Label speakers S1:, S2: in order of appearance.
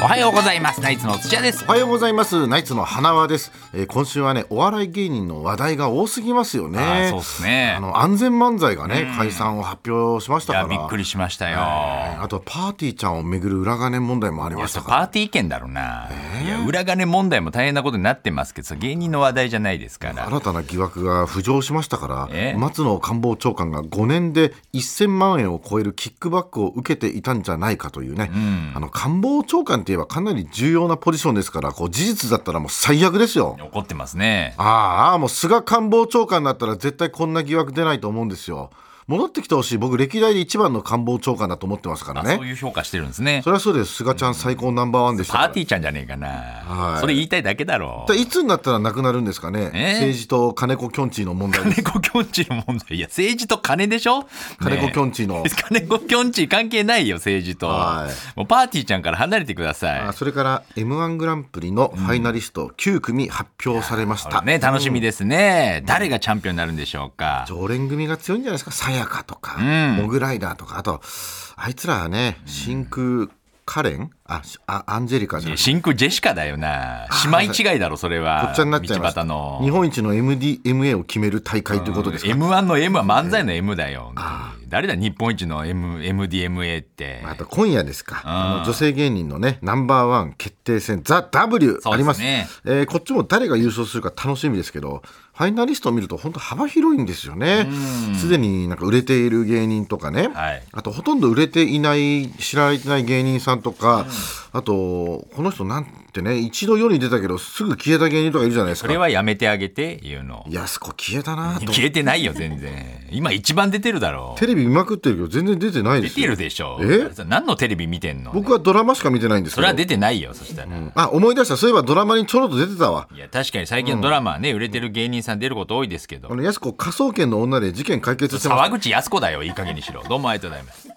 S1: はようございますナイツの土屋です
S2: おはようございますナイツの花輪です、えー今週はねお笑い芸人の話題が多すぎますよね
S1: あーそうっすね
S2: あの安全漫才がね、解散を発表しました
S1: い
S2: か
S1: や
S2: ら
S1: びっくりしましたよ、
S2: あとはパーティーちゃんをめぐる裏金問題もあり
S1: いや
S2: まし
S1: そ
S2: た
S1: れ
S2: から
S1: パーティー券だろうな、いや裏金問題も大変なことになってますけどそれ芸人の話題じゃないですから
S2: 新たな疑惑が浮上しましたから、
S1: ええ
S2: 松野官房長官が5年で1000万円を超えるキックバックを受けていたんじゃないかというね、あの官房長官といえばかなり重要なポジションですからこう事実だったらもう最悪ですよ。
S1: 怒ってますね
S2: ああ、もう菅官房長官だったら絶対こんな疑惑出ないと思うんですよ。戻ってきてほしい。僕、歴代で一番の官房長官だと思ってますから
S1: あそ
S2: ね。
S1: う
S2: そ
S1: いう評価してるんですね
S2: れはそうです。菅ちゃん最高ナンバーワンでした
S1: パ
S2: から。
S1: ーティーちゃんじゃねえかな、
S2: い
S1: それ言いたいだけだろ
S2: 一体いつになったらなくなるんですかね、
S1: ええ
S2: 政治と金子きょんちぃの問題です。
S1: 金子きょんちの問題いや政治と金でしょ
S2: 金子きょんちぃの
S1: ねえ金子きょんち関係ないよ政治と
S2: はい
S1: もうパーティーちゃんから離れてください
S2: あそれから m 1グランプリのファイナリスト9組発表されまし
S1: こ
S2: た、
S1: れね楽しみですね、誰がチャンピオンになるんでしょうか
S2: 常連組が強いんじゃないですかさやかとか、
S1: ん
S2: モグライダーとかあとあいつらはね真空カレンあしあアンジェリカじゃなくて
S1: 真空ジェシカだよな姉妹違いだろそれは
S2: ごっちゃになっちゃいました。
S1: 道端の
S2: 日本一の MDMA を決める大会ということですか。
S1: M1 の M は漫才の M だよ。誰だ日本一の M MDMA って。
S2: あと今夜ですか、
S1: ん
S2: あの女性芸人のね、ナンバーワン決定戦、ザ・
S1: そ
S2: W
S1: うですね
S2: ありますえーこっちも誰が優勝するか楽しみですけど、ファイナリストを見ると本当幅広いんですよね。すでになんか売れている芸人とかね、
S1: はい
S2: あとほとんど売れていない、知られてない芸人さんとか、あと、この人なんてね、一度世に出たけど、すぐ消えた芸人とかいるじゃないです
S1: そ
S2: か。
S1: れはやめてあげて言うの。
S2: 安子消えたなと思って
S1: 消えてないよ全然。今一番出てるだろう。
S2: テレビ見まくってるけど全然出てないで
S1: 出
S2: す
S1: て
S2: よ
S1: るでしょ
S2: え。
S1: 何のテレビ見てんの。
S2: 僕はドラマしか見てないんです
S1: そ
S2: け
S1: れ
S2: ど
S1: は出てないよそしたら。
S2: あ思い出したそういえばドラマにちょろっと出てたわ
S1: いや確かに最近のドラマはね売れてる芸人さん出ること多いですけど
S2: あ。の安子科捜研の女で事件解決してます
S1: 沢口靖子だよいい加減にしろ。どうもありがとうございます。